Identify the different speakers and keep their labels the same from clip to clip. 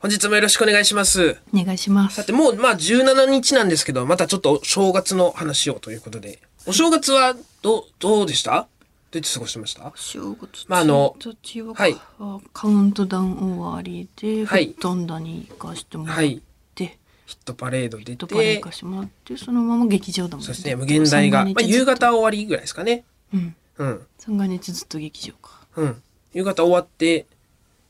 Speaker 1: 本日もよろしくお願いします。
Speaker 2: お願いしま
Speaker 1: さ
Speaker 2: す
Speaker 1: て、。もう、まあ、17日なんですけど、またちょっとお正月の話をということで。お正月は、どう、どうでしたどうやって過ごしてました
Speaker 2: 正月
Speaker 1: まああの
Speaker 2: 1日は、
Speaker 1: はい
Speaker 2: カウントダウン終わりで、
Speaker 1: はい
Speaker 2: 吹っ飛んだに行かしてもらっ
Speaker 1: は
Speaker 2: て、
Speaker 1: い。ヒットパレード出
Speaker 2: ドパレ
Speaker 1: て
Speaker 2: 行、かしてもらってそのまま劇場だもん
Speaker 1: そうですね、無限大が、
Speaker 2: 三
Speaker 1: ま
Speaker 2: が
Speaker 1: あ、
Speaker 2: 日ず
Speaker 1: 夕
Speaker 2: っと
Speaker 1: 方終わりぐらいですかね。
Speaker 2: うん
Speaker 1: うん。
Speaker 2: 三が日ずっと劇場か
Speaker 1: うん。夕方終わって、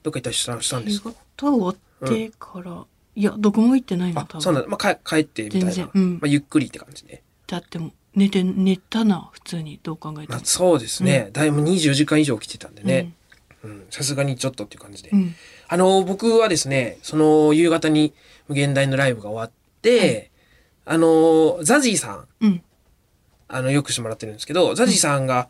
Speaker 1: どっか行ったりしたしたんで
Speaker 2: 夕
Speaker 1: すか
Speaker 2: 方終わってから、いやどこも行ってないの
Speaker 1: あ
Speaker 2: 多、
Speaker 1: そうな
Speaker 2: 分
Speaker 1: んだ。まあ、か帰って、みたい
Speaker 2: 全
Speaker 1: な
Speaker 2: 然。うん
Speaker 1: まあ、ゆっくりって感じね。
Speaker 2: だってもう寝て寝たな普通にどう考えて
Speaker 1: ま
Speaker 2: も
Speaker 1: あ、、そうですね。だいぶ24時間以上来てたんで
Speaker 2: う
Speaker 1: ね
Speaker 2: ん。
Speaker 1: うん。さすがにちょっとっていう感じで
Speaker 2: う。ん
Speaker 1: あの、僕はですね、その、夕方に無限大のライブが終わって、あの、ザジーさん、
Speaker 2: うん
Speaker 1: あの、よくしてもらってるんですけど、ザジーさんが、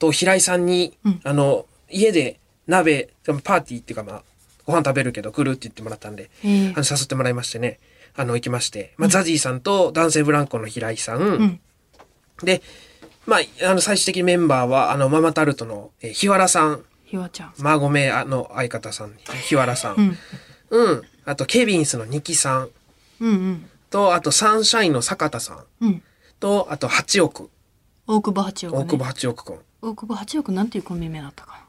Speaker 1: と平井さんに、
Speaker 2: うん
Speaker 1: あの、家で鍋、パーティーっていうかまあ、ご飯食べるけど来るって言ってもらったんで、
Speaker 2: えー
Speaker 1: あの、誘ってもらいましてね、あの、行きまして、まあ、ザジーさんと男性ブランコの平井さん、
Speaker 2: うん
Speaker 1: で、まあ、あの、最終的にメンバーは、あの、ママタルトの、えー日原さん、
Speaker 2: ひわちゃん
Speaker 1: 孫めあの相方さん、日原さん、
Speaker 2: うん
Speaker 1: うん。あと、ケビンスのニキさん
Speaker 2: うんうん
Speaker 1: と、あと、サンシャインの坂田さん
Speaker 2: うん
Speaker 1: と、あと、八億、
Speaker 2: 大久保八億、ね、
Speaker 1: 大久保八億くん。
Speaker 2: 大久保八億なんていうコンビ名だったか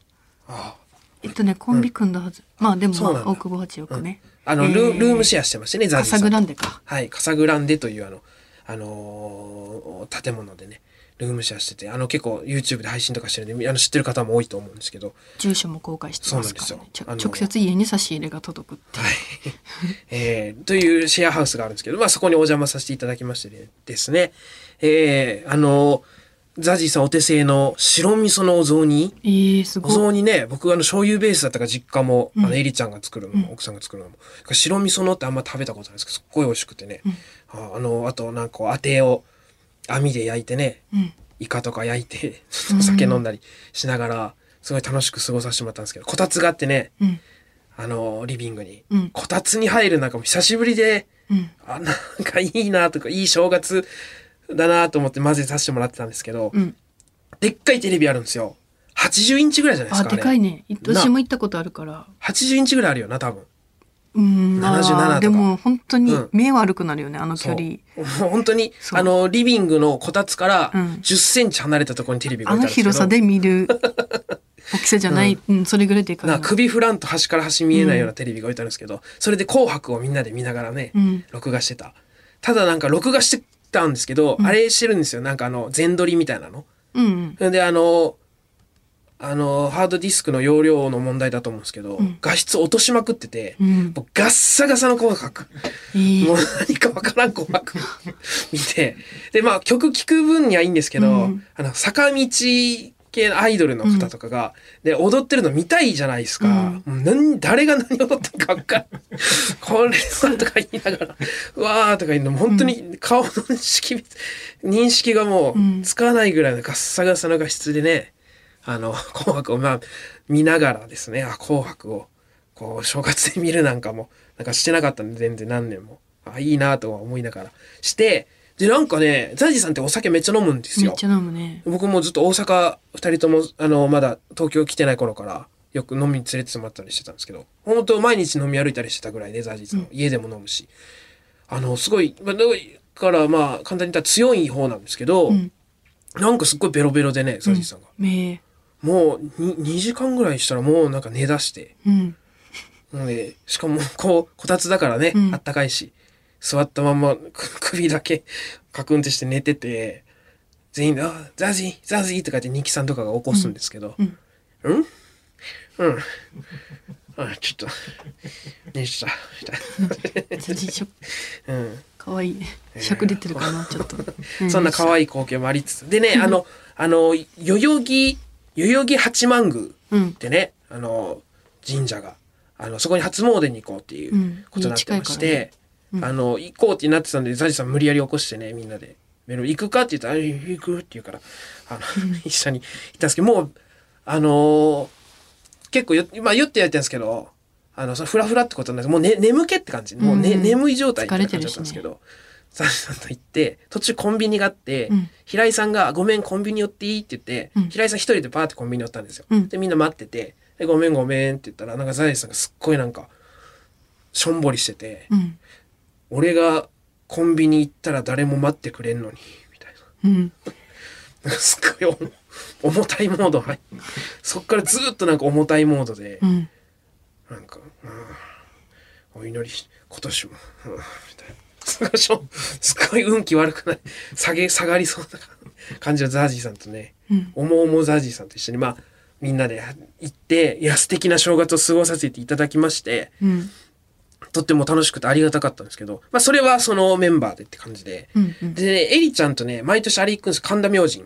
Speaker 2: な
Speaker 1: あ
Speaker 2: えっとねコンビ組んだはず、まあでも、
Speaker 1: そ
Speaker 2: ま
Speaker 1: うなんだ
Speaker 2: あ、大久保八億ね、
Speaker 1: ああの、ル
Speaker 2: え
Speaker 1: ー、ルームシェアしてましてね、ザ
Speaker 2: カ
Speaker 1: ジさん
Speaker 2: サグラ
Speaker 1: と。
Speaker 2: ンデか
Speaker 1: はい、カサグランデというあの、あのー建物でね、ルームシェアしてて、あの、結構 YouTube で配信とかしてるんで、あの、知ってる方も多いと思うんですけど、
Speaker 2: 住所も公開してますから、
Speaker 1: そうなん
Speaker 2: ね
Speaker 1: ですよ
Speaker 2: ちょ
Speaker 1: あの
Speaker 2: 直接家に差し入れが届くっていう、
Speaker 1: えーというシェアハウスがあるんですけど、まあ、そこにお邪魔させていただきましてでですね、えーあのザジーさんお手製の白味噌のお雑煮、
Speaker 2: えー、す
Speaker 1: お
Speaker 2: ごい
Speaker 1: 雑煮ね、僕あの醤油ベースだったから実家も、あ
Speaker 2: うん
Speaker 1: のエリちゃんが作るのも、奥さんが作るのも、白味噌のってあんま食べたことないですけど、すっごい美味しくてね、ああの、あとなんかこう当てを網で焼いてね、
Speaker 2: うん
Speaker 1: イカとか焼いて、 ちょっとお酒飲んだりしながら、すごい楽しく過ごさせてもらったんですけど、こたつがあってね、
Speaker 2: うん
Speaker 1: あの、リビングに、
Speaker 2: うん
Speaker 1: こたつに入るなんかも久しぶりで、
Speaker 2: うん
Speaker 1: あ、なんかいいなとか、いい正月だなと思って混ぜさせてもらってたんですけど、
Speaker 2: うん
Speaker 1: でっかいテレビあるんですよ。80インチぐらいじゃないです
Speaker 2: あ
Speaker 1: か。あ
Speaker 2: で
Speaker 1: れ
Speaker 2: かいね
Speaker 1: な
Speaker 2: 私も行ったことあるから
Speaker 1: 80インチぐらいあるよな、多分。
Speaker 2: うんま
Speaker 1: 77とか
Speaker 2: あでも本当に
Speaker 1: うん
Speaker 2: 目悪くなるよね、あの距
Speaker 1: そう。
Speaker 2: 離
Speaker 1: もう本当に、
Speaker 2: そう
Speaker 1: あの、リビングのこたつから
Speaker 2: うん
Speaker 1: 10センチ離れたところにテレビが
Speaker 2: あ
Speaker 1: 置いて
Speaker 2: の
Speaker 1: あるんですけど、
Speaker 2: 広さで 見る大きさじゃない、うんそれぐらいでかい
Speaker 1: な
Speaker 2: なん
Speaker 1: か首フランと端から端見えないようなテレビが置いてあるんですけど、それで紅白をみんなで見ながらね、
Speaker 2: うん
Speaker 1: 録画してた。ただなんか録画してたんですけど、あれしてるんですよ。なんかあの、全撮りみたいなの。
Speaker 2: うんうん
Speaker 1: それであの、あの、ハードディスクの容量の問題だと思うんですけど、画質落としまくってて、
Speaker 2: うん
Speaker 1: もうガッサガサの紅白。
Speaker 2: いい
Speaker 1: もう何かわからん紅白見て。で、まあ曲聴く分にはいいんですけど、
Speaker 2: うん
Speaker 1: あの、坂道系のアイドルの方とかが、で、踊ってるの見たいじゃないですか。もう何、誰が何踊ってるかわかんない。これさ、とか言いながら、うわーとか言うの、本当に顔の認識、認識がも
Speaker 2: うん
Speaker 1: うつかないぐらいのガッサガサの画質でね、あの、紅白をまあ、見ながらですね、あ、紅白を、こう、正月で見るなんかも、なんかしてなかったんで、全然何年も。あ、いいなとは思いながらして、で、なんかね、ザジさんってお酒めっちゃ飲むんです
Speaker 2: めっ
Speaker 1: よ
Speaker 2: ち。ゃ飲むね
Speaker 1: 僕もずっと大阪、二人とも、あの、まだ東京来てない頃から、よく飲みに連れてってもらったりしてたんですけど、本当毎日飲み歩いたりしてたぐらいで、ザジさん。家でも飲むし。あの、すごい、まあ、だからまあ、簡単に言ったら強い方なんですけど、
Speaker 2: うん
Speaker 1: なんかすっごいベロベロでね、ザジさんが。
Speaker 2: 目
Speaker 1: もうに 2, 時間ぐらいしたらもうなんか寝だして。
Speaker 2: うん
Speaker 1: なので、しかもこう、こたつだからね、
Speaker 2: うん
Speaker 1: あったかいし、座ったままく 首だけカクンってして寝てて、全員で、あ、ザジー、ザジーとか言ってニキさんとかが起こすんですけど、
Speaker 2: うん
Speaker 1: うんうん、あ、ちょっと、 寝した、みたい
Speaker 2: 全然しょ
Speaker 1: な。うん
Speaker 2: 可愛いね。しゃくれてるかな、ちょ っと。
Speaker 1: そんな
Speaker 2: 愛
Speaker 1: 可愛い光景もありつつ。でね、あの、あの、代々木、代々木八幡宮ってね、あの、神社が、あの、そこに初詣に行こうってい
Speaker 2: うん
Speaker 1: うことになってまし
Speaker 2: 家近い
Speaker 1: て、あの、行こうってなってたんで、ザジさん無理やり起こしてね、みんなで。メロ行くかって言ったら、あ行くって言うから、あの、 一緒に行ったんですけど、もう、あの結構よ、まあ、酔ってやってたんですけど、あの、そのフラフラってことなんですもう、ね、眠気って感じ。もう、ね
Speaker 2: うん
Speaker 1: 眠い状態みたいな
Speaker 2: 疲れ
Speaker 1: 感
Speaker 2: て
Speaker 1: じだっ
Speaker 2: るしたね
Speaker 1: んですけど、サンシさんと行って、途中コンビニがあって、
Speaker 2: うん
Speaker 1: 平井さんが、ごめん、コンビニ寄っていいって言って、
Speaker 2: うん
Speaker 1: 平井さん一人でバーってコンビニ寄ったんですよ。
Speaker 2: うん
Speaker 1: で、みんな待ってて、でごめんごめんって言ったら、なんかザイさんがすっごいなんか、しょんぼりしてて、
Speaker 2: うん。
Speaker 1: 俺がコンビニ行ったら誰も待ってくれんのに、みたい
Speaker 2: うん。
Speaker 1: な。すっごい重重たいモード入っそっからずっとなんか重たいモードで、
Speaker 2: うん。
Speaker 1: なんか、うん、お祈りし、今年も、うん、みたいな。すごいしょすごい運気悪くない下げ下がりそうな感じのザージーさんとね
Speaker 2: うん。
Speaker 1: おもおもザージーさんと一緒にまあみんなで行っていや素敵な正月を過ごさせていただきまして
Speaker 2: うん。
Speaker 1: とっても楽しくてありがたかったんですけど、まあ、それはそのメンバーでって感じで。
Speaker 2: うん。うん。
Speaker 1: でね、エリちゃんとね、毎年あれ行くんです神田明神。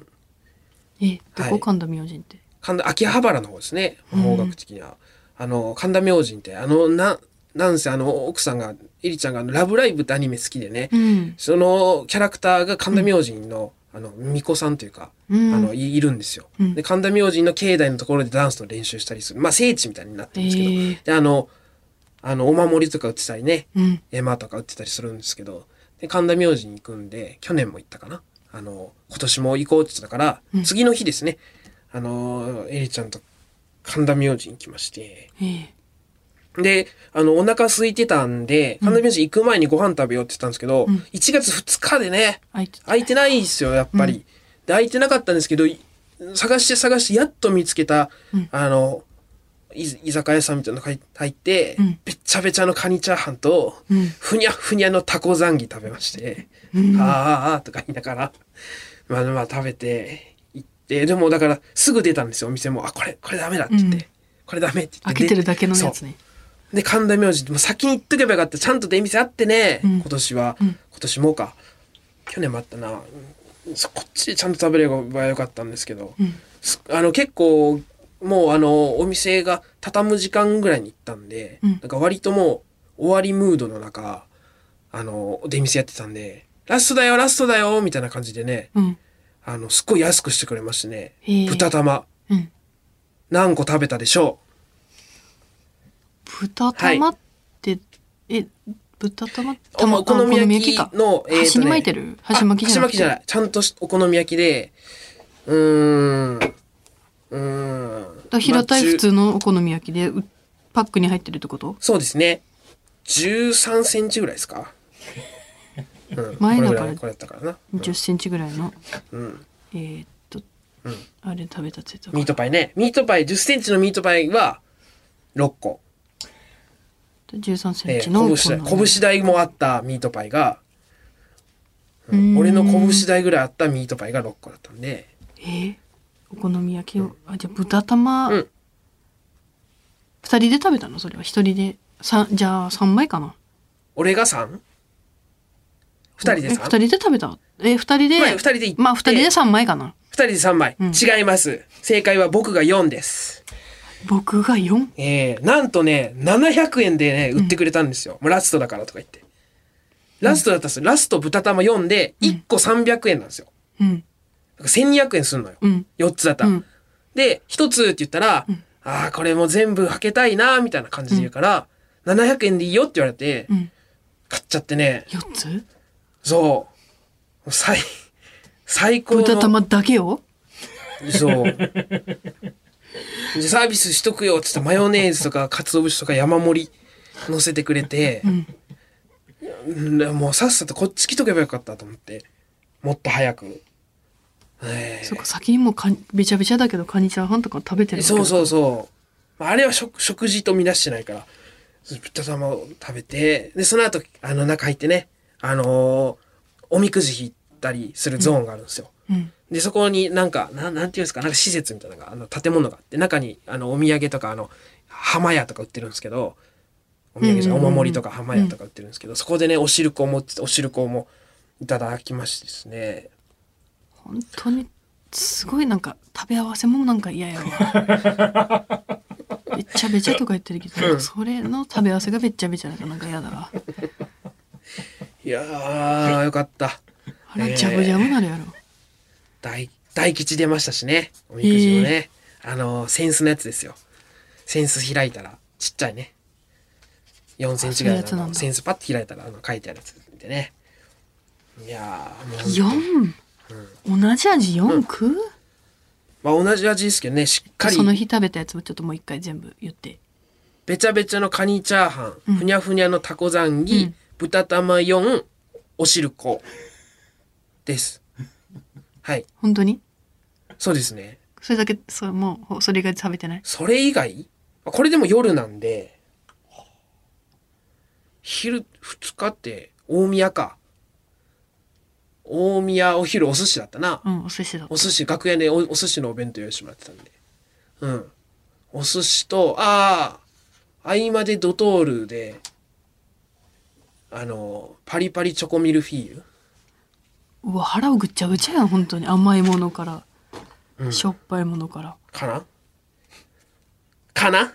Speaker 2: え、ど
Speaker 1: はい
Speaker 2: こ神田明神って。
Speaker 1: 神田、秋葉原の方ですね。
Speaker 2: うん
Speaker 1: 方角的には。あの、神田明神って、あの、な、なんせあの、奥さんが、エリちゃんがあのラブライブってアニメ好きでね、
Speaker 2: うん。
Speaker 1: そのキャラクターが神田明神の、あの、巫女さんというか、
Speaker 2: うん。
Speaker 1: あの、いいるんですよ。
Speaker 2: うん
Speaker 1: で、神田明神の境内のところでダンスの練習したりする。まあ、聖地みたいになってるんですけど、
Speaker 2: へー
Speaker 1: で、あの、あの、お守りとか売ってたりね、
Speaker 2: うん。
Speaker 1: エマとか売ってたりするんですけどで神田明神に行くんで去年も行ったかなあの今年も行こうって言ってたから、
Speaker 2: うん
Speaker 1: 次の日ですねあのエリちゃんと神田明神行きまして
Speaker 2: ええ。
Speaker 1: であのお腹空いてたんで神田明神行く前にご飯食べようって言ったんですけど、
Speaker 2: うん
Speaker 1: 1月2日でね
Speaker 2: あいつ。
Speaker 1: 空いてないんですよやっぱり、
Speaker 2: うん
Speaker 1: で空いてなかったんですけどい探して探してやっと見つけた、
Speaker 2: うん
Speaker 1: あのい居酒屋さんみたいなの入入って、
Speaker 2: うん
Speaker 1: べっちゃべちゃのカニチャーハンと、
Speaker 2: うん。
Speaker 1: ふにゃふにゃのタコザンギ食べまして、
Speaker 2: う
Speaker 1: あーあ
Speaker 2: ん
Speaker 1: ーあーとか言いながら、まあまあ食べて行って、でもだからすぐ出たんですよ、お店も。あ、これ、これダメだって言って、
Speaker 2: うん
Speaker 1: これダメって言
Speaker 2: 開
Speaker 1: って。
Speaker 2: けてるだけのやつ
Speaker 1: そう
Speaker 2: ね。
Speaker 1: で、神田明神、でも先に行っとけばよかった。ちゃんと出店あってね、
Speaker 2: うん
Speaker 1: 今年は、
Speaker 2: うん
Speaker 1: 今年もか。去年もあったな。うんそこっちでちゃんと食べればよかったんですけど、
Speaker 2: うん。
Speaker 1: すあの結構、もうあの、お店が畳む時間ぐらいに行ったんで、
Speaker 2: うん
Speaker 1: なんか割ともう終わりムードの中、あの、出店やってたんで、ラストだよ、ラストだよ、みたいな感じでね、
Speaker 2: うん。
Speaker 1: あの、すっごい安くしてくれましてね、
Speaker 2: へえ
Speaker 1: 豚玉、
Speaker 2: うん。
Speaker 1: 何個食べたでしょ
Speaker 2: 豚玉って、え、豚玉
Speaker 1: うお
Speaker 2: 玉
Speaker 1: お好み焼き
Speaker 2: か。
Speaker 1: の、えーとね
Speaker 2: 箸に巻いてる
Speaker 1: あ
Speaker 2: 箸巻き
Speaker 1: 箸
Speaker 2: じゃ
Speaker 1: 巻
Speaker 2: なくて
Speaker 1: きじゃない。ちゃんとしお好み焼きで、うーん、うーん。
Speaker 2: だ平たい
Speaker 1: まあ
Speaker 2: 普
Speaker 1: じゅう
Speaker 2: 通のお好み焼きでうパックに入ってるってこと
Speaker 1: そうですね。13センチぐらいですか。うん、
Speaker 2: 前だ
Speaker 1: これぐ
Speaker 2: から
Speaker 1: らいこれだったからな。
Speaker 2: 1 0ンチぐらいの
Speaker 1: うん、
Speaker 2: えーっと、
Speaker 1: うん
Speaker 2: あれ食べたって言
Speaker 1: ミー
Speaker 2: った
Speaker 1: トパイね。ミートパイ、10センチのミートパイは6個。
Speaker 2: 13セ
Speaker 1: え
Speaker 2: ン
Speaker 1: ー
Speaker 2: チのお好み
Speaker 1: 拳大、拳大もあったミートパイが、
Speaker 2: うーん
Speaker 1: 俺の拳大ぐらいあったミートパイが6個だったんで、
Speaker 2: えーお好み焼きをあじゃあ豚玉、
Speaker 1: う
Speaker 2: 二
Speaker 1: ん
Speaker 2: 人で食べたのそれは一人でさじゃあ3枚かな
Speaker 1: 俺が 3?2 人で
Speaker 2: え
Speaker 1: 3?
Speaker 2: 二人で食べたえ二人で、
Speaker 1: まあ二人で行って
Speaker 2: まあ二人で3枚かな
Speaker 1: 2人で3枚、
Speaker 2: うん
Speaker 1: 違います。正解は僕が4です。
Speaker 2: 僕が4
Speaker 1: えー、なんとね、700円でね、売ってくれたんですよ。もうラストだからとか言って。ラストだったんですよ。ラスト豚玉4で、1個300円なんですよ。
Speaker 2: うん
Speaker 1: だから1200円すんのよ。
Speaker 2: うん
Speaker 1: 4つだった
Speaker 2: う
Speaker 1: ら。
Speaker 2: ん
Speaker 1: で、1つって言ったら、
Speaker 2: うん
Speaker 1: ああ、これもう全部はけたいな、みたいな感じで言うから、700円でいいよって言われて
Speaker 2: う、ん
Speaker 1: 買っちゃってね、
Speaker 2: 4つ
Speaker 1: そう。もう最、最高の。
Speaker 2: 豚玉だけを
Speaker 1: そう。でサービスしとくよって言ったらマヨネーズとか鰹節とか山盛り乗せてくれて
Speaker 2: う、ん
Speaker 1: うんもうさっさとこっち来とけばよかったと思ってもっと早く、えー
Speaker 2: そっか先にもうかんべちゃべちゃだけどカニチャーハンとか食べてるわけ
Speaker 1: そうそううそうまああれは食食事と見出してないから豚玉を食べてでその後あの中入ってねあのーおみくじ引いたりするゾーンがあるんですよ、
Speaker 2: うん
Speaker 1: で、そこになんか、なん、なんていうんですか、なんか施設みたいなのが、あの、建物があって、中に、あの、お土産とか、あの、浜屋とか売ってるんですけど、お土産じゃない
Speaker 2: うんうん
Speaker 1: お
Speaker 2: うん
Speaker 1: 守りとか浜屋とか売ってるんですけど、そこでね、お汁粉も、お汁粉もいただきましてですね。
Speaker 2: 本当にすごいなんか食べ合わせもなんか嫌 やわべっちゃべちゃとか言ってるけどそれの食べ合わせがべっちゃべちゃだからなんか嫌だわ
Speaker 1: いやー、よかった。
Speaker 2: 腹ジャブジャブなるやろ、
Speaker 1: 大、大吉出ましたしね、おみくじもね。あの、センスのやつですよ。センス開いたら、ちっちゃいね。4センチぐらい
Speaker 2: あそうい
Speaker 1: の
Speaker 2: うやつなん
Speaker 1: の
Speaker 2: だ
Speaker 1: センスパッと開いたら、あの、書いてあるやつでね。いやー、もう本当に。
Speaker 2: 四同じ味4食う、
Speaker 1: まあ同じ味ですけどね、しっかり。
Speaker 2: その日食べたやつもちょっともう一回全部言って
Speaker 1: べちゃべちゃのカニチャーハン、
Speaker 2: うん
Speaker 1: ふにゃふにゃのタコザンギ、
Speaker 2: うん
Speaker 1: 豚玉4、お汁粉。です。はい。
Speaker 2: 本当に
Speaker 1: そうですね。
Speaker 2: それだけそうもうほそれ以外食べてない
Speaker 1: それ以外これでも夜なんで、昼2日って大宮か。大宮お昼お寿司だったな。
Speaker 2: うんお寿司だ
Speaker 1: お寿司、楽屋でおお寿司のお弁当用意してもらってたんで。うん。お寿司と、ああ、合間でドトールで、あの、パリパリチョコミルフィーユ。
Speaker 2: うわ腹をぐっちゃぐちゃやん本当に甘いものから、
Speaker 1: うん
Speaker 2: しょっぱいものから、
Speaker 1: かなか な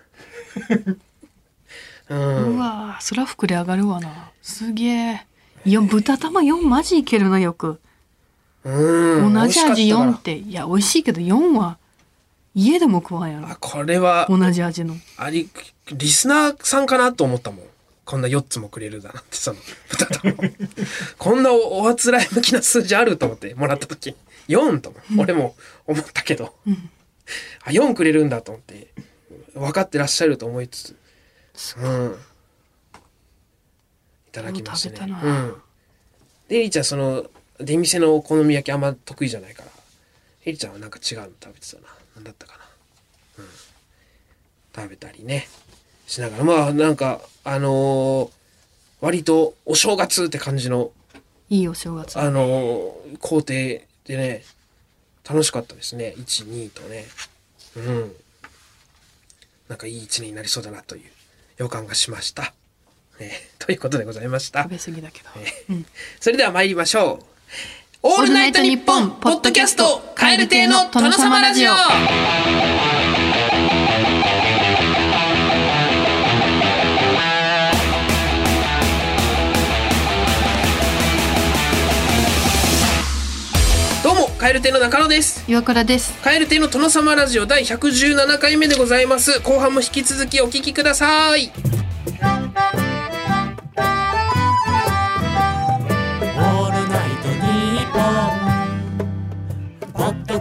Speaker 1: うん
Speaker 2: う。わーそら膨れ上がるわなすげえいや豚玉4マジいけるなよく、
Speaker 1: うん。
Speaker 2: 同じ味
Speaker 1: 美味しか
Speaker 2: 4
Speaker 1: った
Speaker 2: っ
Speaker 1: か
Speaker 2: ていや美味しいけど4は家でも食わんやろ
Speaker 1: らあ、これは、
Speaker 2: 同じ味の
Speaker 1: あり、リスナーさんかなと思ったもん。こんな4つもくれるだなんて、その、豚玉。こんなおおあつらい向きな数字あると思って、もらった時4とも、俺も思ったけど、
Speaker 2: うん
Speaker 1: あ、4くれるんだと思って、分かってらっしゃると思いつつ、うん。いただきましたね。
Speaker 2: もう食
Speaker 1: う。
Speaker 2: べたなん
Speaker 1: で、エリちゃん、その、出店のお好み焼きあんま得意じゃないから、エリちゃんはなんか違うの食べてたな。なんだったかな。食べたりねしながらまあなんかあのー割とお正月って感じの
Speaker 2: いいお正月
Speaker 1: あのー工程でね楽しかったですね12とねうんなんかいい一年になりそうだなという予感がしました、えーということでございました
Speaker 2: 食べ過ぎだけど、うん、
Speaker 1: それでは参りましょうオールナイトニッポンポッドキャスト蛙亭の殿様ラジオどうも蛙亭の中野です
Speaker 2: 岩倉です
Speaker 1: カエル亭の殿様ラジオ第117回目でございます後半も引き続きお聞きください
Speaker 3: オールナイトニッポン」ポッド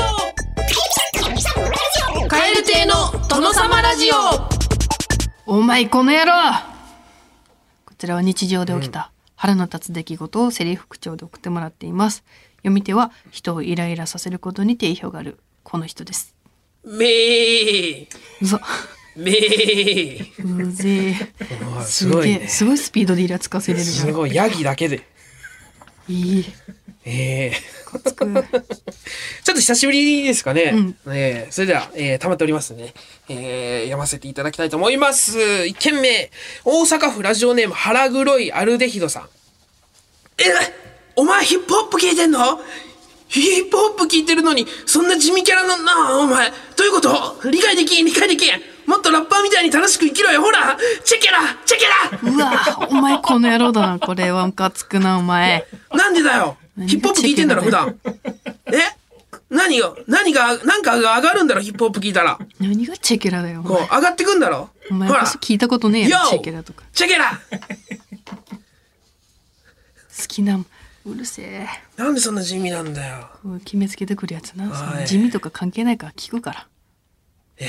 Speaker 4: オ蛙亭の殿様ラジオ
Speaker 2: お前この野郎こちらは日常で起きた腹の立つ出来事をセリフ口調で送ってもらっています読み手は人をイライラさせることに定評があるこの人です
Speaker 1: めー
Speaker 2: うざ
Speaker 1: めー
Speaker 2: うぜえ
Speaker 1: すごい
Speaker 2: すげ
Speaker 1: ね
Speaker 2: えすごいスピードでイラつかせれるじゃ
Speaker 1: す
Speaker 2: ん
Speaker 1: ごいヤギだけで
Speaker 2: いい
Speaker 1: えー、
Speaker 2: かつくは
Speaker 1: ちょっと久しぶりですかね、
Speaker 2: うん
Speaker 1: えーそれでは、えー溜まっておりますね、えー読ませていただきたいと思います1件目大阪府ラジオネーム腹黒いアルデヒドさんえお前ヒップホップ聞いてんのヒップホップ聞いてるのに、そんな地味キャラなんなあ、お前。どういうこと理解できん、理解できん。もっとラッパーみたいに楽しく生きろよ、ほらチェケラチェケラ
Speaker 2: うわお前この野郎だなこれはムカつくなお前
Speaker 1: なんでだよ
Speaker 2: 何が
Speaker 1: ヒップホップ聞いてんだろ、
Speaker 2: チ
Speaker 1: 普
Speaker 2: ェケラ
Speaker 1: 段。え何が、何が、なんかが上がるんだろ、ヒップホップ聞いたら。
Speaker 2: 何がチェケラだよお
Speaker 1: こう、
Speaker 2: 前
Speaker 1: 上がってくんだろ
Speaker 2: お前
Speaker 1: ほ
Speaker 2: こ
Speaker 1: ら、
Speaker 2: そ聞いたことねえよ
Speaker 1: Yo！
Speaker 2: チェケラとか
Speaker 1: チェケラ
Speaker 2: 好きなうるせえ
Speaker 1: なんでそんな地味なんだよ。
Speaker 2: こう決めつけてくるやつなそ
Speaker 1: おい
Speaker 2: の地味とか関係ないから聞くから
Speaker 1: えー、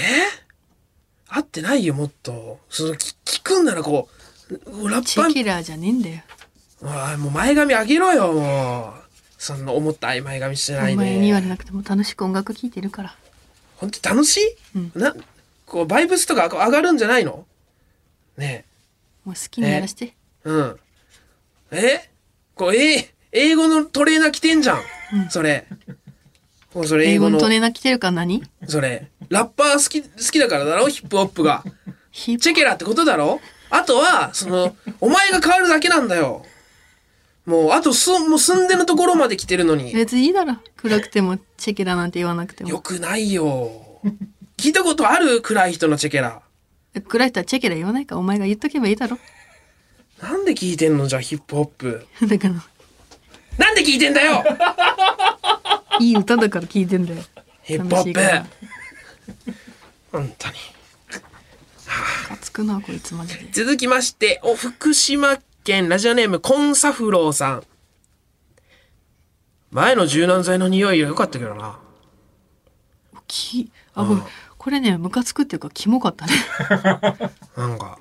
Speaker 1: 合ってないよ、もっと。その、聞聞くんならこう、ラッ
Speaker 2: チ
Speaker 1: パー
Speaker 2: ェキラーじゃねえんだよ。
Speaker 1: おいもう前髪上げろよもうそんな思った曖昧髪してないで
Speaker 2: お前に言われなくても楽しく音楽聴いてるから。
Speaker 1: 本当に楽しい、
Speaker 2: うん
Speaker 1: なこうバイブスとかこう上がるんじゃないのね
Speaker 2: もう好きにやらして。
Speaker 1: えうんえこうえ英語のトレーナー着てんじゃん、それこうそれ英
Speaker 2: 英
Speaker 1: 語
Speaker 2: 語
Speaker 1: の
Speaker 2: のトレーナー来てるから何
Speaker 1: それラッパー好き好きだからだろヒップホップが
Speaker 2: ヒップ
Speaker 1: チェケラってことだろあとは、その、お前が変わるだけなんだよ。もう、あとす、もう住んでるところまで来てるのに。
Speaker 2: 別にいいだろ。暗くてもチェキラなんて言わなくて
Speaker 1: よ
Speaker 2: も。
Speaker 1: くないよ。聞いたことある暗い人のチェケラ。
Speaker 2: 暗い人はチェケラ言わないからお前が言っとけばいいだろ
Speaker 1: なんで聞いてんのじゃあヒップホップ。
Speaker 2: だから
Speaker 1: なんで聞いてんだよ
Speaker 2: いい歌だから聞いてんだよ
Speaker 1: ヒップホ
Speaker 2: 楽し
Speaker 1: ッ
Speaker 2: いから
Speaker 1: プ。本当に。
Speaker 2: つくなこいつマジで
Speaker 1: 続きまして、お、福島県ラジオネームコンサフローさん。前の柔軟剤の匂いが良かったけどな。
Speaker 2: きあごめんこれねムカつくっていうかキモかったね
Speaker 1: なんか、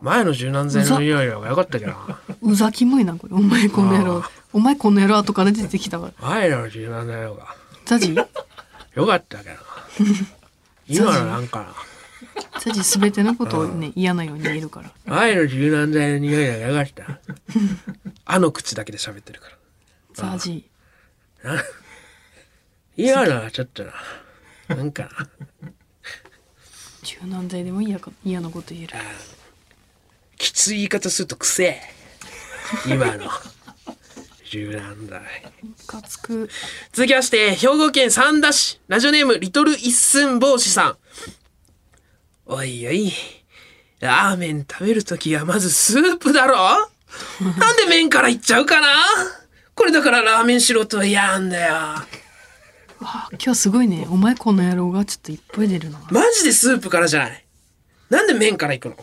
Speaker 1: 前の柔軟剤の匂いが良かったけどな。
Speaker 2: うざキモいなこれお前この野郎お前この野郎後から出てきたわ
Speaker 1: 前の柔軟剤の方が
Speaker 2: ザ ジ
Speaker 1: 良かったけどな。今のなんか
Speaker 2: ザジ全てのことをね嫌なように言えるから
Speaker 1: な、前の柔軟剤の匂いが良かった。あの口だけで喋ってるから。
Speaker 2: ザジ
Speaker 1: 今のはちょっとな、なんかな。
Speaker 2: 柔軟剤でも嫌か嫌なこと言える
Speaker 1: きつい言い方するとくせえ今の柔軟剤
Speaker 2: ムカつく
Speaker 1: 続きまして兵庫県三田市ラジオネームリトル一寸帽子さんおいおいラーメン食べるときはまずスープだろなんで麺からいっちゃうかなこれだからラーメン素人は嫌なんだよ
Speaker 2: わあ今日すごいねお前この野郎がちょっといっぱい出るな
Speaker 1: マジでスープからじゃないなんで麺からいくの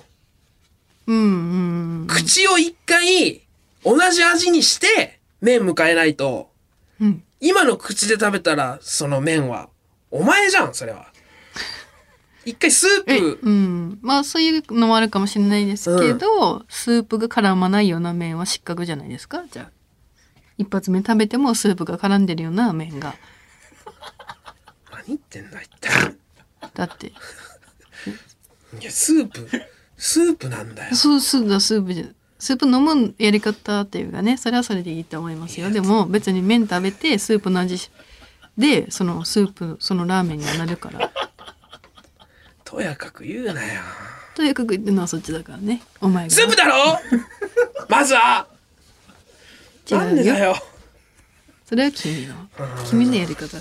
Speaker 2: うんうんうん
Speaker 1: 口を一回同じ味にして麺迎えないと、
Speaker 2: うん
Speaker 1: 今の口で食べたらその麺はお前じゃんそれは一回スー
Speaker 2: え
Speaker 1: プ
Speaker 2: うんまあそういうのもあるかもしれないですけど、スープが絡まないような麺は失格じゃないですかじゃあ一発目食べてもスープが絡んでるような麺が
Speaker 1: 何言ってんだ一体
Speaker 2: だって
Speaker 1: いやスープスープなんだよ
Speaker 2: そうスープだスープじゃスープ飲むやり方っていうかねそれはそれでいいと思いますよでも別に麺食べてスープの味しでそのスープそのラーメンにはなるから
Speaker 1: とやかく言うなよ
Speaker 2: とにかく言ってるのはそっちだからねお前が
Speaker 1: スープだろまずはなんで
Speaker 2: 違う
Speaker 1: だ
Speaker 2: よ
Speaker 1: よ
Speaker 2: それは君の君のやり方だから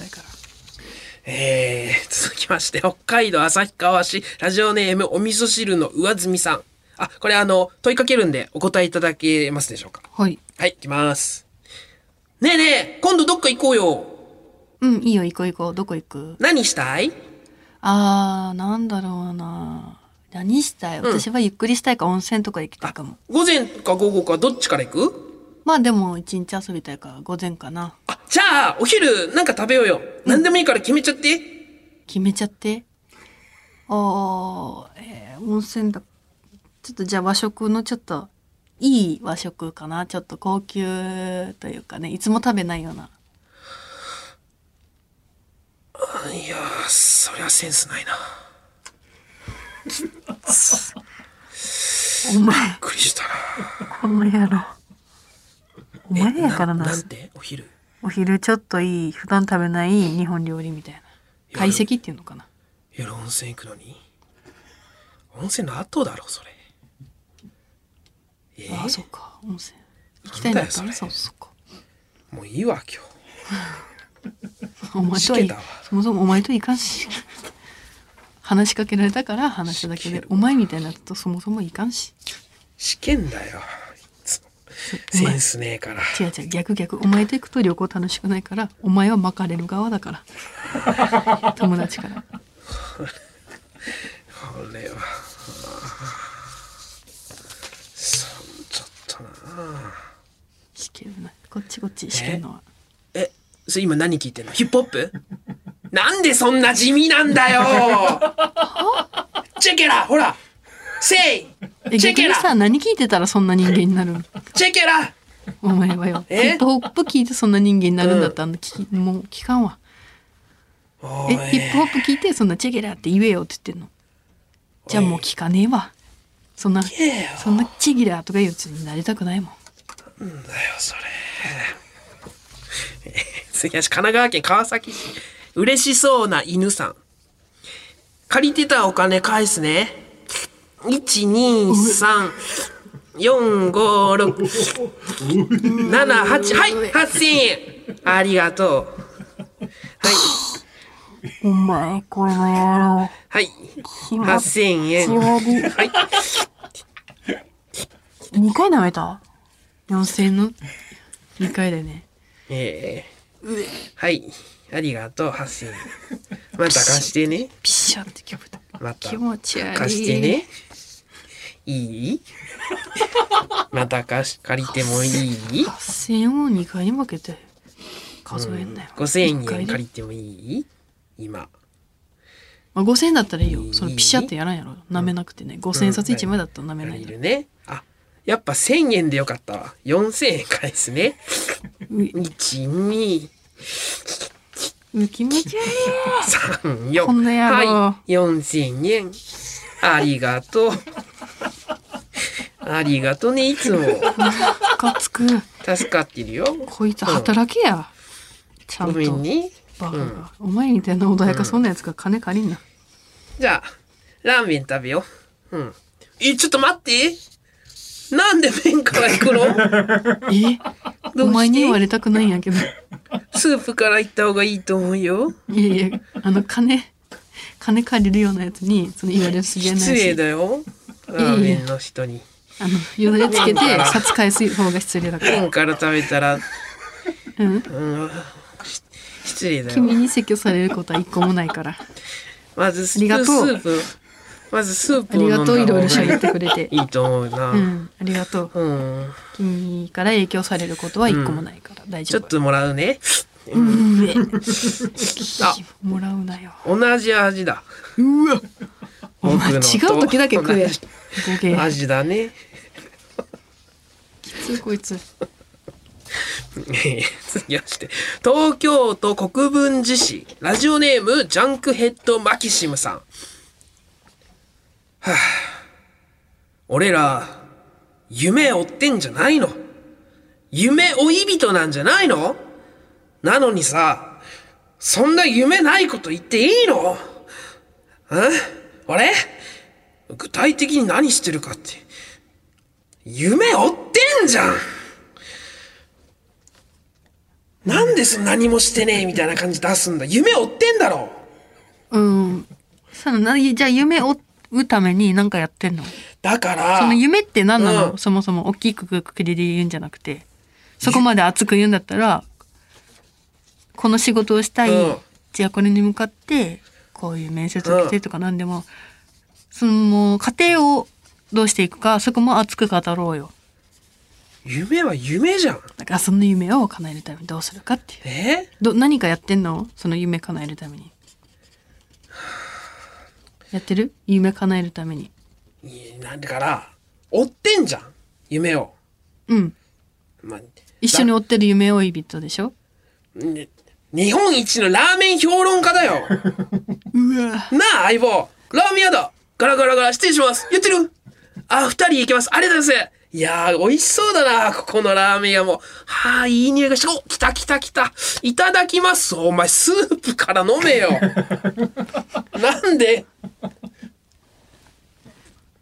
Speaker 1: えー、続きまして、北海道旭川市、ラジオネーム、お味噌汁の上積みさん。あ、これあの、問いかけるんで、お答えいただけますでしょうか
Speaker 2: はい
Speaker 1: はい、行きます。ねえねえ、今度どっか行こうよ。
Speaker 2: うんいいよ行こう行こうどこ行く
Speaker 1: 何したい
Speaker 2: あー、なんだろうな。何したい私はゆっくりしたいか、温泉とか行きたいかも。
Speaker 1: 午前か午後かどっちから行く
Speaker 2: まあでも、一日遊びたいから、午前かな。
Speaker 1: あ、じゃあ、お昼なんか食べようよ。何でもいいから決めちゃって。
Speaker 2: 決めちゃって。あー、えー温泉だ。ちょっとじゃあ和食のちょっと、いい和食かな。ちょっと高級というかね、いつも食べないような。
Speaker 1: いやー、そりゃセンスないな。びっ
Speaker 2: お前、
Speaker 1: くりした
Speaker 2: この野郎。お
Speaker 1: な。
Speaker 2: 前やから
Speaker 1: な。
Speaker 2: な。
Speaker 1: なんてお昼
Speaker 2: お昼ちょっといい、普段食べない日本料理みたいな。懐石っていうのかな。
Speaker 1: 夜温泉行くのに温泉の後だろ、それ。え
Speaker 2: あ
Speaker 1: ー
Speaker 2: そっか温泉行きたいんだった
Speaker 1: なんだ
Speaker 2: ら
Speaker 1: よそ
Speaker 2: そ
Speaker 1: れ
Speaker 2: うそっか
Speaker 1: もういいわ、今日。
Speaker 2: お前とは
Speaker 1: しけ
Speaker 2: い
Speaker 1: たわ
Speaker 2: そもそもお前といかんし話しかけられたから話しただけ
Speaker 1: しけ
Speaker 2: で
Speaker 1: る
Speaker 2: お前みたいなやつとそもそもいかんし
Speaker 1: 試験だよ。いつも
Speaker 2: お
Speaker 1: セ
Speaker 2: 前
Speaker 1: ンスねえから。
Speaker 2: 違う違う逆逆お前と行くと旅行楽しくないからお前は巻かれる側だから 友達から
Speaker 1: これはそうちょっとな
Speaker 2: しけるなこっちこっちしけるのは
Speaker 1: えそれ今何聞いてんのヒップホップなんでそんな地味なんだよチェケラほらせ
Speaker 2: え
Speaker 1: いチェ
Speaker 2: 逆
Speaker 1: ケ
Speaker 2: に
Speaker 1: ラ
Speaker 2: さ何聞いてたらそんな人間になるの
Speaker 1: チェケラ
Speaker 2: お前はよヒ
Speaker 1: え
Speaker 2: ップホップ聞いてそんな人間になるんだったら、聞きもう聞かんわ
Speaker 1: お
Speaker 2: えヒップホップ聞いてそんなチェゲラって言えよって言ってんのじゃあもう聞かねえわそんな
Speaker 1: えよ
Speaker 2: そんなチェゲラとかいうやつになりたくないもん
Speaker 1: なんだよそれ 次は神奈川県川崎市嬉しそうな犬さん借りてたお金返すね1234567はい8000円ありがとうはい
Speaker 2: お前、この野郎。
Speaker 1: はい。
Speaker 2: 気持ち
Speaker 1: 8000円。は
Speaker 2: 悪い。
Speaker 1: い。
Speaker 2: 2回舐めた ?4000 円の2回だよね。
Speaker 1: えー、はい。ありがとう、8000円。また貸してね。
Speaker 2: ピシャってきょぶた。
Speaker 1: また
Speaker 2: 気持ち悪い。
Speaker 1: 貸してね。いいまた貸し、借りてもいい
Speaker 2: 8000円を2回に分けて数えんだよ。
Speaker 1: ?5000 円
Speaker 2: 一
Speaker 1: 借
Speaker 2: 回で
Speaker 1: りてもいい今。
Speaker 2: まあ、5000円だったらいいよ。そ
Speaker 1: い
Speaker 2: れ
Speaker 1: い
Speaker 2: ピシャってやらんやろ。舐めなくてね。5000円札1枚だったら舐めない
Speaker 1: 借り
Speaker 2: よ。
Speaker 1: るね。あ、やっぱ1000円でよかったわ。4000円返すね。
Speaker 2: う
Speaker 1: 1、2、
Speaker 2: う気持ち悪
Speaker 1: 3、
Speaker 2: い。
Speaker 1: 4。
Speaker 2: こんな野郎
Speaker 1: はい。4000円。ありがとう。ありがとね、いつも。
Speaker 2: ムカつく。
Speaker 1: 助かってるよ。
Speaker 2: こいつ働けや。ちゃ
Speaker 1: ご
Speaker 2: んと。
Speaker 1: めんね。
Speaker 2: バカが。お前みたいな穏やかそうなやつが金借りんな。
Speaker 1: じゃあ、ラーメン食べよう。うん。え、ちょっと待って。なんで麺から行く の
Speaker 2: え
Speaker 1: ど
Speaker 2: お
Speaker 1: う
Speaker 2: 前に言
Speaker 1: し
Speaker 2: わ
Speaker 1: て
Speaker 2: れたくないんやけど。
Speaker 1: スープから行った方がいいと思うよ。
Speaker 2: いやいや、あの、金、金借りるようなやつに、その言われすぎやない
Speaker 1: 失礼
Speaker 2: し、
Speaker 1: だよ。ラーメンの人に。
Speaker 2: あの、よだれつけて、札返す方が失礼だから。
Speaker 1: 麺から食べたら、
Speaker 2: うん。
Speaker 1: うん、し失礼だ
Speaker 2: 君
Speaker 1: よ。
Speaker 2: に説教されることは一個もないから。
Speaker 1: まずス
Speaker 2: ありが
Speaker 1: ー
Speaker 2: と
Speaker 1: プ、
Speaker 2: う
Speaker 1: スープ、まずスー
Speaker 2: あ
Speaker 1: プを
Speaker 2: り
Speaker 1: 飲んだ
Speaker 2: がとう、い
Speaker 1: 方
Speaker 2: ろい
Speaker 1: が
Speaker 2: ろ
Speaker 1: い
Speaker 2: 喋ってくれて。
Speaker 1: いいと思う
Speaker 2: う
Speaker 1: な。
Speaker 2: ん、ありがとう。
Speaker 1: うん。
Speaker 2: 君から影響されることは一個もないから、大
Speaker 1: ち
Speaker 2: 丈
Speaker 1: ょっ
Speaker 2: 夫。
Speaker 1: ともらうね。
Speaker 2: うん、うえ
Speaker 1: あ
Speaker 2: もらうなよ。
Speaker 1: 同じ味だ。
Speaker 2: うわお前違う
Speaker 1: 僕のと
Speaker 2: 時だけ食え
Speaker 1: 同じ。
Speaker 2: ごけえ。
Speaker 1: 味だね。
Speaker 2: きつこいつ。
Speaker 1: えー続きまして東京都国分寺市ラジオネームジャンクヘッドマキシムさんはあ俺ら夢追ってんじゃないの夢追い人なんじゃないのなのにさそんな夢ないこと言っていいのうん俺具体的に何してるかって夢追ってんじゃんなんでそんな何もしてねえみたいな感じ出すんだ。夢追ってんだろ
Speaker 2: うん。そのなじゃあ夢を追うために何かやってんの
Speaker 1: だから、
Speaker 2: その夢って何なの、
Speaker 1: うん
Speaker 2: そもそも大きくくくりで言うんじゃなくてそこまで熱く言うんだったらこの仕事をしたい、
Speaker 1: うん
Speaker 2: じゃあこれに向かってこういう面接を来てとか何でも、そのもう過程をどうしていくかそこも熱く語ろうよ
Speaker 1: 夢は夢じゃん。
Speaker 2: だからその夢を叶えるためにどうするかっていう
Speaker 1: え
Speaker 2: ど何かやってんのその夢叶えるためにやってる夢叶えるために
Speaker 1: いやなんだから、追ってんじゃん。夢を。
Speaker 2: うん
Speaker 1: まあ、
Speaker 2: 一緒に追ってる夢追い人でしょ
Speaker 1: に日本一のラーメン評論家だよ。
Speaker 2: うわ
Speaker 1: なあ、相棒。ラーメン屋だ。ガラガラガラ、失礼します。言ってるあ、二人行きます。ありがとうございます。いやー、美味しそうだな、ここのラーメン屋も。はあ、いい匂いがして、お、来た来た来た。いただきます。お前、スープから飲め よ。なんで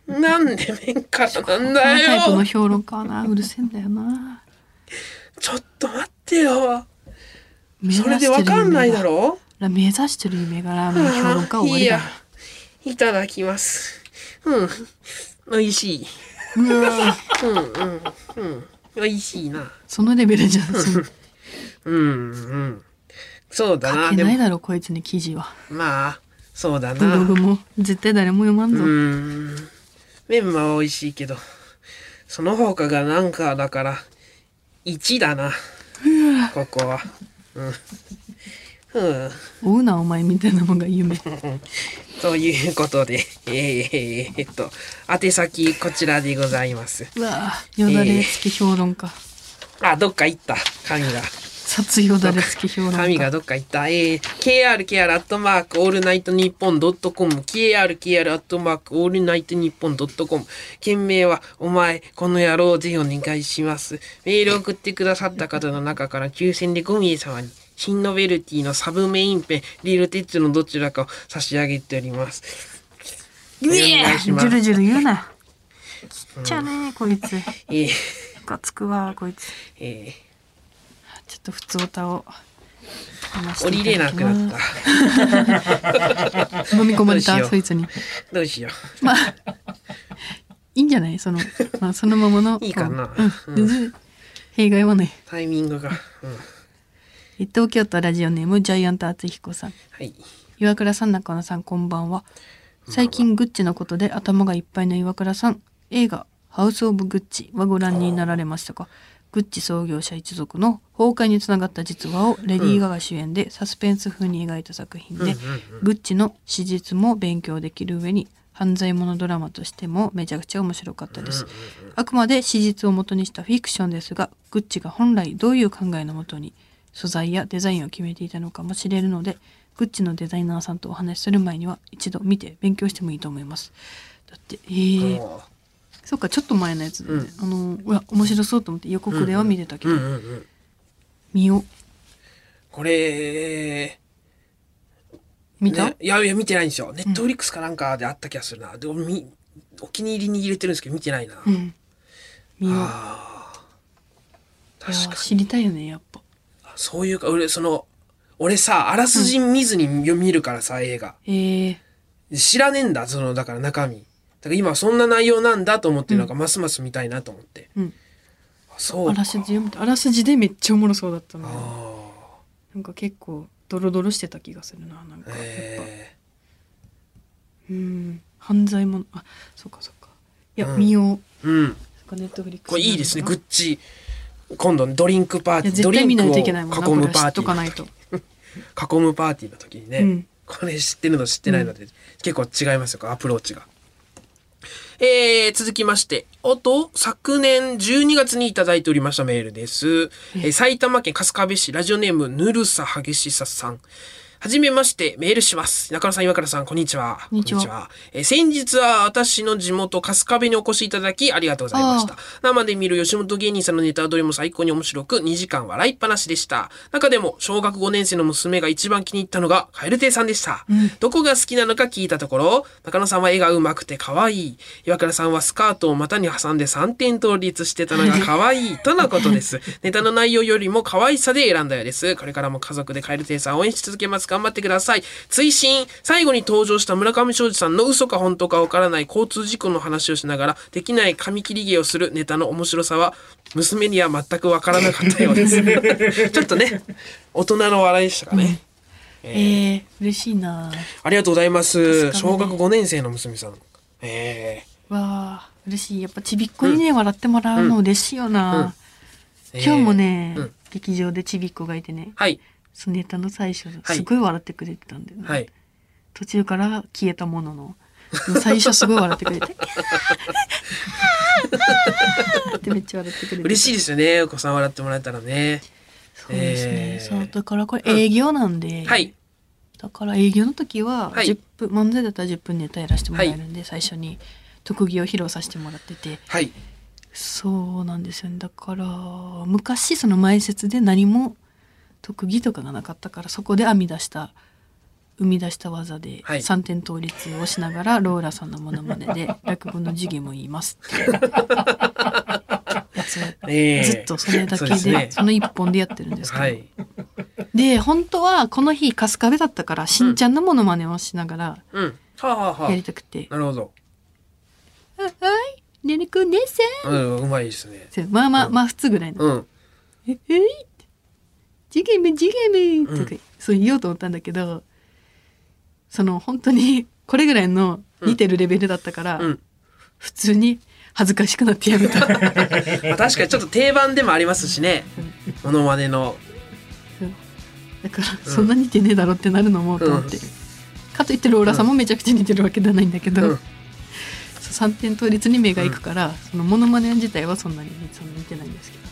Speaker 1: なんで麺からなん
Speaker 2: このタイプ
Speaker 1: だ
Speaker 2: の
Speaker 1: よ。
Speaker 2: 評論家はなうるせえんだよな
Speaker 1: ちょっと待ってよ。
Speaker 2: 目指し
Speaker 1: そ
Speaker 2: てる
Speaker 1: れでわかんないだろ
Speaker 2: 夢が目指してる夢がラーメン評論家は終わりだ
Speaker 1: あーいやいただきます。うん。美味しい。
Speaker 2: うわ
Speaker 1: 美味しいな。
Speaker 2: そのレベルじゃんその
Speaker 1: うんうん。そうだな。
Speaker 2: 書け
Speaker 1: で
Speaker 2: ない
Speaker 1: も、
Speaker 2: だろこいつに記事は
Speaker 1: まあ、そうだ
Speaker 2: ブロ
Speaker 1: な。
Speaker 2: グも絶対誰も読まんぞ、
Speaker 1: うん。メンマは美味しいけど、その他がなんかだから、1だな。ここは。うん。うん。
Speaker 2: 追うなお前みたいなもんが夢
Speaker 1: ということで、えー、っと、宛先こちらでございます。
Speaker 2: うわよだれ付き評論家
Speaker 1: あ、どっか行った。紙が。
Speaker 2: 殺よだれ付き評論
Speaker 1: 神
Speaker 2: 家
Speaker 1: がどっか行った。えー、krkr アットマークオールナイトニッポンドットコム、krkr アットマークオールナイトニッポンドットコム。件名は、お前、この野郎、ぜひお願いします。メールを送ってくださった方の中から抽選で5名様に、新ノベルティのサブメインペン、リールテッツのどちらかを差し上げております。お願いし
Speaker 2: ジ
Speaker 1: ます
Speaker 2: ュ。ルジュル言うなちっちゃねこいつム
Speaker 1: えー
Speaker 2: カつくわこいつ
Speaker 1: え
Speaker 2: ちょっと普通歌を話し
Speaker 1: 降
Speaker 2: て
Speaker 1: り
Speaker 2: い
Speaker 1: れな
Speaker 2: ただき
Speaker 1: くなっ
Speaker 2: ま
Speaker 1: た。
Speaker 2: す飲み込ま
Speaker 1: どう
Speaker 2: れ
Speaker 1: し
Speaker 2: た
Speaker 1: よう
Speaker 2: スイーツに
Speaker 1: どうしよ
Speaker 2: まあいいんじゃないその、まあ、そのままの
Speaker 1: いいかな。
Speaker 2: こううん、全然弊害はないう
Speaker 1: タイミングが。うん。
Speaker 2: え東京都ラジオネームジャイアント厚彦さん
Speaker 1: はい。
Speaker 2: 岩倉さん中野さんこんばんは最近グッチのことで頭がいっぱいの岩倉さん映画「ハウス・オブ・グッチ」はご覧になられましたかグッチ創業者一族の崩壊につながった実話をレディー・ガガ主演でサスペンス風に描いた作品で、グッチの史実も勉強できる上に犯罪者ドラマとしてもめちゃくちゃ面白かったです、あくまで史実を元にしたフィクションですがグッチが本来どういう考えのもとに素材やデザインを決めていたのかも知れるのでグッチのデザイナーさんとお話しする前には一度見て勉強してもいいと思いますだってえー、
Speaker 1: おー
Speaker 2: そっかちょっと前のやつで、ねあのうわ面白そうと思って予告では見てたけ
Speaker 1: う
Speaker 2: ど、
Speaker 1: んうんうん。
Speaker 2: 見よ
Speaker 1: これ、
Speaker 2: 見た、
Speaker 1: ねいやいや、見てないんですよ。ネットフリックスかなんかであった気がするな。でも、み、お気に入りに入れてるんですけど、見てないな。
Speaker 2: うん見よう
Speaker 1: ああ。
Speaker 2: いや
Speaker 1: 確かに。
Speaker 2: 知りたいよねやっぱ
Speaker 1: そういうか、俺、その、俺さ、あらすじ見ずに読みるからさ、映画。
Speaker 2: えー、
Speaker 1: 知らねえんだ、その、だから中身。だから今、そんな内容なんだと思って、なんか、ますます見たいなと思って。
Speaker 2: うん
Speaker 1: あそう
Speaker 2: あ
Speaker 1: か。
Speaker 2: らすじ読めたあらすじでめっちゃおもろそうだったな
Speaker 1: あ
Speaker 2: なんか結構ドロドロしてた気がするななん
Speaker 1: あ。
Speaker 2: かやっぱ、
Speaker 1: え
Speaker 2: うん犯罪もあそうかそうかいや、
Speaker 1: うん
Speaker 2: 見よう
Speaker 1: えうん。
Speaker 2: そっかネットフリックス
Speaker 1: これいいですね、
Speaker 2: な
Speaker 1: グ
Speaker 2: のか
Speaker 1: ッチ。今度、ドリンクパー
Speaker 2: い
Speaker 1: テ
Speaker 2: や
Speaker 1: ィー、ド
Speaker 2: 絶対
Speaker 1: リ
Speaker 2: 見
Speaker 1: ンク
Speaker 2: な
Speaker 1: を
Speaker 2: いと
Speaker 1: 囲
Speaker 2: いけないもんなこ
Speaker 1: む
Speaker 2: れ
Speaker 1: パ
Speaker 2: は知
Speaker 1: ーテ
Speaker 2: っと
Speaker 1: ィー
Speaker 2: かな
Speaker 1: の
Speaker 2: い
Speaker 1: 時。
Speaker 2: と
Speaker 1: 囲むパーティーの時にね、
Speaker 2: うん
Speaker 1: これ知ってるの知ってないので、結構違いますよアプローチが。えー、続きまして、おと、昨年12月にいただいておりましたメールです。えー埼玉県春日部市、ラジオネーム、ぬるさ激しささん。はじめまして、メールします。中野さん、岩倉さん、こんにちは。
Speaker 2: こんにちは
Speaker 1: えー先日は私の地元、春日部にお越しいただき、ありがとうございました
Speaker 2: あ。
Speaker 1: 生で見る吉本芸人さんのネタはどれも最高に面白く、2時間笑いっぱなしでした。中でも、小学5年生の娘が一番気に入ったのが、カエル亭さんでした。どこが好きなのか聞いたところ、中野さんは絵が上手くて可愛い。岩倉さんはスカートを股に挟んで3点倒立してたのが可愛い。とのことです。ネタの内容よりも可愛さで選んだようです。これからも家族でカエル亭さんを応援し続けます。頑張ってください。追伸最後に登場した村上昌司さんの嘘か本当かわからない交通事故の話をしながら、できない紙切り芸をするネタの面白さは、娘には全くわからなかったよう です。ちょっとね、大人の笑いでしたかね。
Speaker 2: えー、嬉しいな
Speaker 1: ありがとうございます。
Speaker 2: 確かに
Speaker 1: 小学5年生の娘さん。え
Speaker 2: わあ嬉しいやっぱちびっこにね、笑ってもらうの嬉しいよな、
Speaker 1: え
Speaker 2: 今日もね、
Speaker 1: えーうん
Speaker 2: 劇場でちびっこがいてね
Speaker 1: はい。
Speaker 2: そのネタの最初
Speaker 1: い
Speaker 2: すごい笑ってくれてたんだよね、
Speaker 1: はい。
Speaker 2: 途中から消えたものの最初すごい笑ってくれて「キャーキャー」ってめっちゃ笑ってくれて
Speaker 1: 嬉しいですよね。お子さん笑ってもらえたらね。
Speaker 2: そうですね、
Speaker 1: えー
Speaker 2: そうだからこれ営業なんで、
Speaker 1: はい。
Speaker 2: だから営業の時は
Speaker 1: はい
Speaker 2: 10分、漫才だったら10分ネタやらせてもらえるんで、最初に特技を披露させてもらってて
Speaker 1: はい。
Speaker 2: そうなんですよねだから昔その前説で何も特技とかがなかったからそこで編み出した生み出した技で
Speaker 1: はい
Speaker 2: 3点倒立をしながらローラさんのモノマネ で落語の授業も言いますっていうやつ
Speaker 1: ええ
Speaker 2: ずっとそれだけ
Speaker 1: そうす
Speaker 2: で
Speaker 1: ね
Speaker 2: その1本でやってるんですけど、
Speaker 1: はい。
Speaker 2: で本当はこの日春日部だったからしんちゃんのモノマネをしながら
Speaker 1: うん。はあ、はあはあ
Speaker 2: やりたくて
Speaker 1: なるほど。
Speaker 2: 「あはいねねくんねっせん
Speaker 1: うん、うまいですね。」
Speaker 2: ってまあまあまあ普通ぐらいの
Speaker 1: うん。
Speaker 2: 「ええい!」ジゲムジゲム」とかそう言おうと思ったんだけどその本当にこれぐらいの似てるレベルだったから、
Speaker 1: うん
Speaker 2: 普通に恥ずかしくなってやめ た
Speaker 1: まあ、確かにちょっと定番でもありますしね。モノマネの。
Speaker 2: だからそんな似てねえだろってなるのもと思って、
Speaker 1: うん
Speaker 2: かといってローラさんもめちゃくちゃ似てるわけではないんだけど、
Speaker 1: うん
Speaker 2: そう3点倒立に目がいくから、そのモノマネ自体はそんなにそんな似てないんですけど、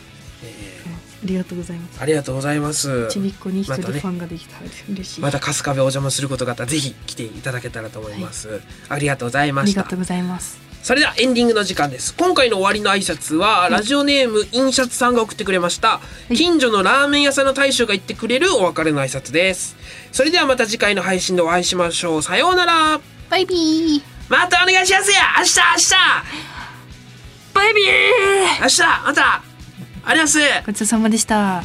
Speaker 1: え
Speaker 2: うんありがとうございます
Speaker 1: ーありがとうございます。
Speaker 2: ちびっこに一人
Speaker 1: またね
Speaker 2: ファンができた、嬉しい、
Speaker 1: また春日部お邪魔することがあったらぜひ来ていただけたらと思います、ありがとうござい
Speaker 2: あ
Speaker 1: ま
Speaker 2: り
Speaker 1: し
Speaker 2: が
Speaker 1: た
Speaker 2: とうございます
Speaker 1: それではエンディングの時間です今回の終わりの挨拶はラジオネームインシャツさんが送ってくれました
Speaker 2: い
Speaker 1: 近所のラーメン屋さんの大将が言ってくれるお別れの挨拶ですそれではまた次回の配信でお会いしましょうさようなら
Speaker 2: バイビー
Speaker 1: またお願いしますよ明日
Speaker 5: バイビー
Speaker 1: 明日明日またありがとうございます
Speaker 2: ごちそうさまでした。